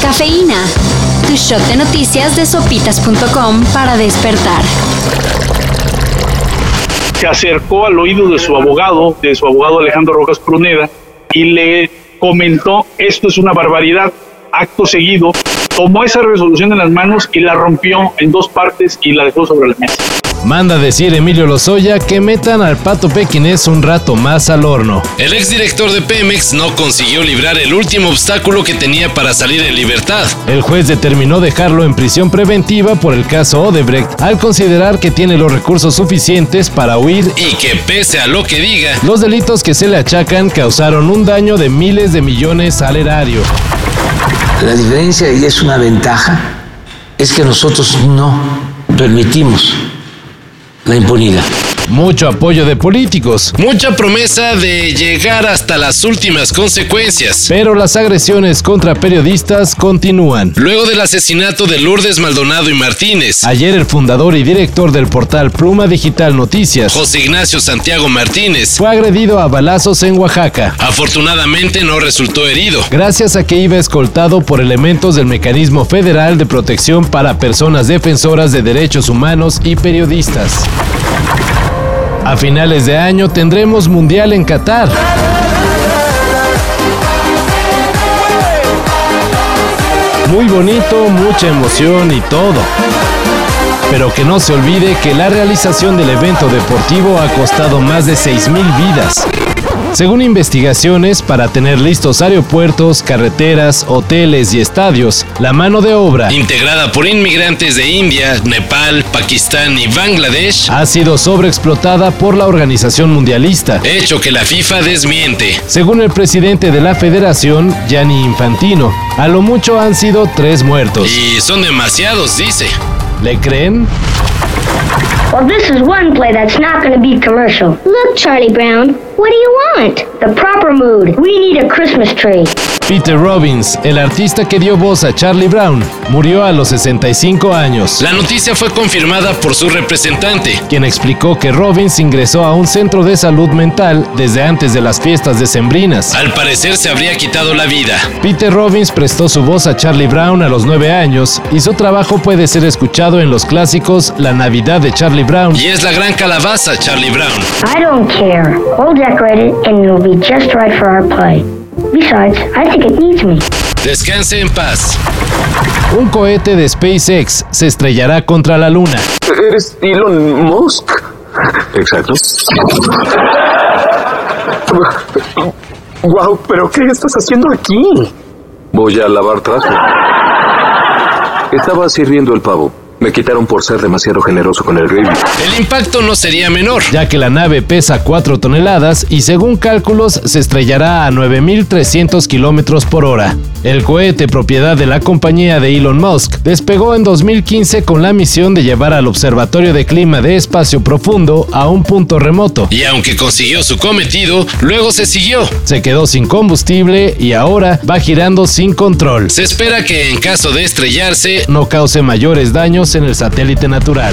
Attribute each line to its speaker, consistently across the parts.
Speaker 1: Cafeína. Tu shot de noticias de sopitas.com para despertar.
Speaker 2: Se acercó al oído de su abogado, de su abogado Alejandro Rojas Pruneda, y le comentó, esto es una barbaridad, acto seguido, tomó esa resolución en las manos y la rompió en dos partes y la dejó sobre la mesa.
Speaker 3: Manda decir Emilio Lozoya que metan al Pato Pequinés un rato más al horno. El exdirector de Pemex no consiguió librar el último obstáculo que tenía para salir en libertad. El juez determinó dejarlo en prisión preventiva por el caso Odebrecht al considerar que tiene los recursos suficientes para huir y que pese a lo que diga, los delitos que se le achacan causaron un daño de miles de millones al erario.
Speaker 4: La diferencia y es una ventaja es que nosotros no permitimos la impunidad.
Speaker 3: Mucho apoyo de políticos. Mucha promesa de llegar hasta las últimas consecuencias. Pero las agresiones contra periodistas continúan. Luego del asesinato de Lourdes Maldonado y Martínez. Ayer el fundador y director del portal Pluma Digital Noticias, José Ignacio Santiago Martínez, fue agredido a balazos en Oaxaca. Afortunadamente no resultó herido. Gracias a que iba escoltado por elementos del Mecanismo Federal de Protección para Personas Defensoras de Derechos Humanos y Periodistas. A finales de año tendremos Mundial en Qatar. Muy bonito, mucha emoción y todo. Pero que no se olvide que la realización del evento deportivo ha costado más de 6.000 vidas. Según investigaciones, para tener listos aeropuertos, carreteras, hoteles y estadios, la mano de obra, integrada por inmigrantes de India, Nepal, Pakistán y Bangladesh, ha sido sobreexplotada por la organización mundialista, hecho que la FIFA desmiente. Según el presidente de la federación, Gianni Infantino, a lo mucho han sido tres muertos. Y son demasiados, dice. ¿Le creen?
Speaker 5: Well, this is one play that's not going to be commercial. Look, Charlie Brown, what do you want? The proper mood. We need a Christmas tree.
Speaker 3: Peter Robbins, el artista que dio voz a Charlie Brown, murió a los 65 años. La noticia fue confirmada por su representante, quien explicó que Robbins ingresó a un centro de salud mental desde antes de las fiestas decembrinas. Al parecer se habría quitado la vida. Peter Robbins prestó su voz a Charlie Brown a los 9 años y su trabajo puede ser escuchado en los clásicos La Navidad de Charlie Brown y es la gran calabaza Charlie Brown.
Speaker 5: I don't care. We'll decorate it and it'll be just right for our play. Besides, I think it needs me.
Speaker 3: Descanse en paz. Un cohete de SpaceX se estrellará contra la luna.
Speaker 6: ¿Eres Elon Musk? Exacto. Wow, pero ¿qué estás haciendo aquí? Voy a lavar traje. Estaba sirviendo el pavo. Me quitaron por ser demasiado generoso con el gravy.
Speaker 3: El impacto no sería menor, ya que la nave pesa 4 toneladas y según cálculos se estrellará a 9.300 kilómetros por hora. El cohete, propiedad de la compañía de Elon Musk, despegó en 2015 con la misión de llevar al Observatorio de Clima de Espacio Profundo a un punto remoto. Y aunque consiguió su cometido, luego se siguió. Se quedó sin combustible y ahora va girando sin control. Se espera que en caso de estrellarse no cause mayores daños en el satélite natural.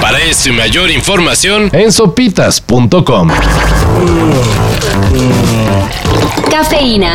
Speaker 3: Para esto y mayor información en sopitas.com.
Speaker 1: Cafeína.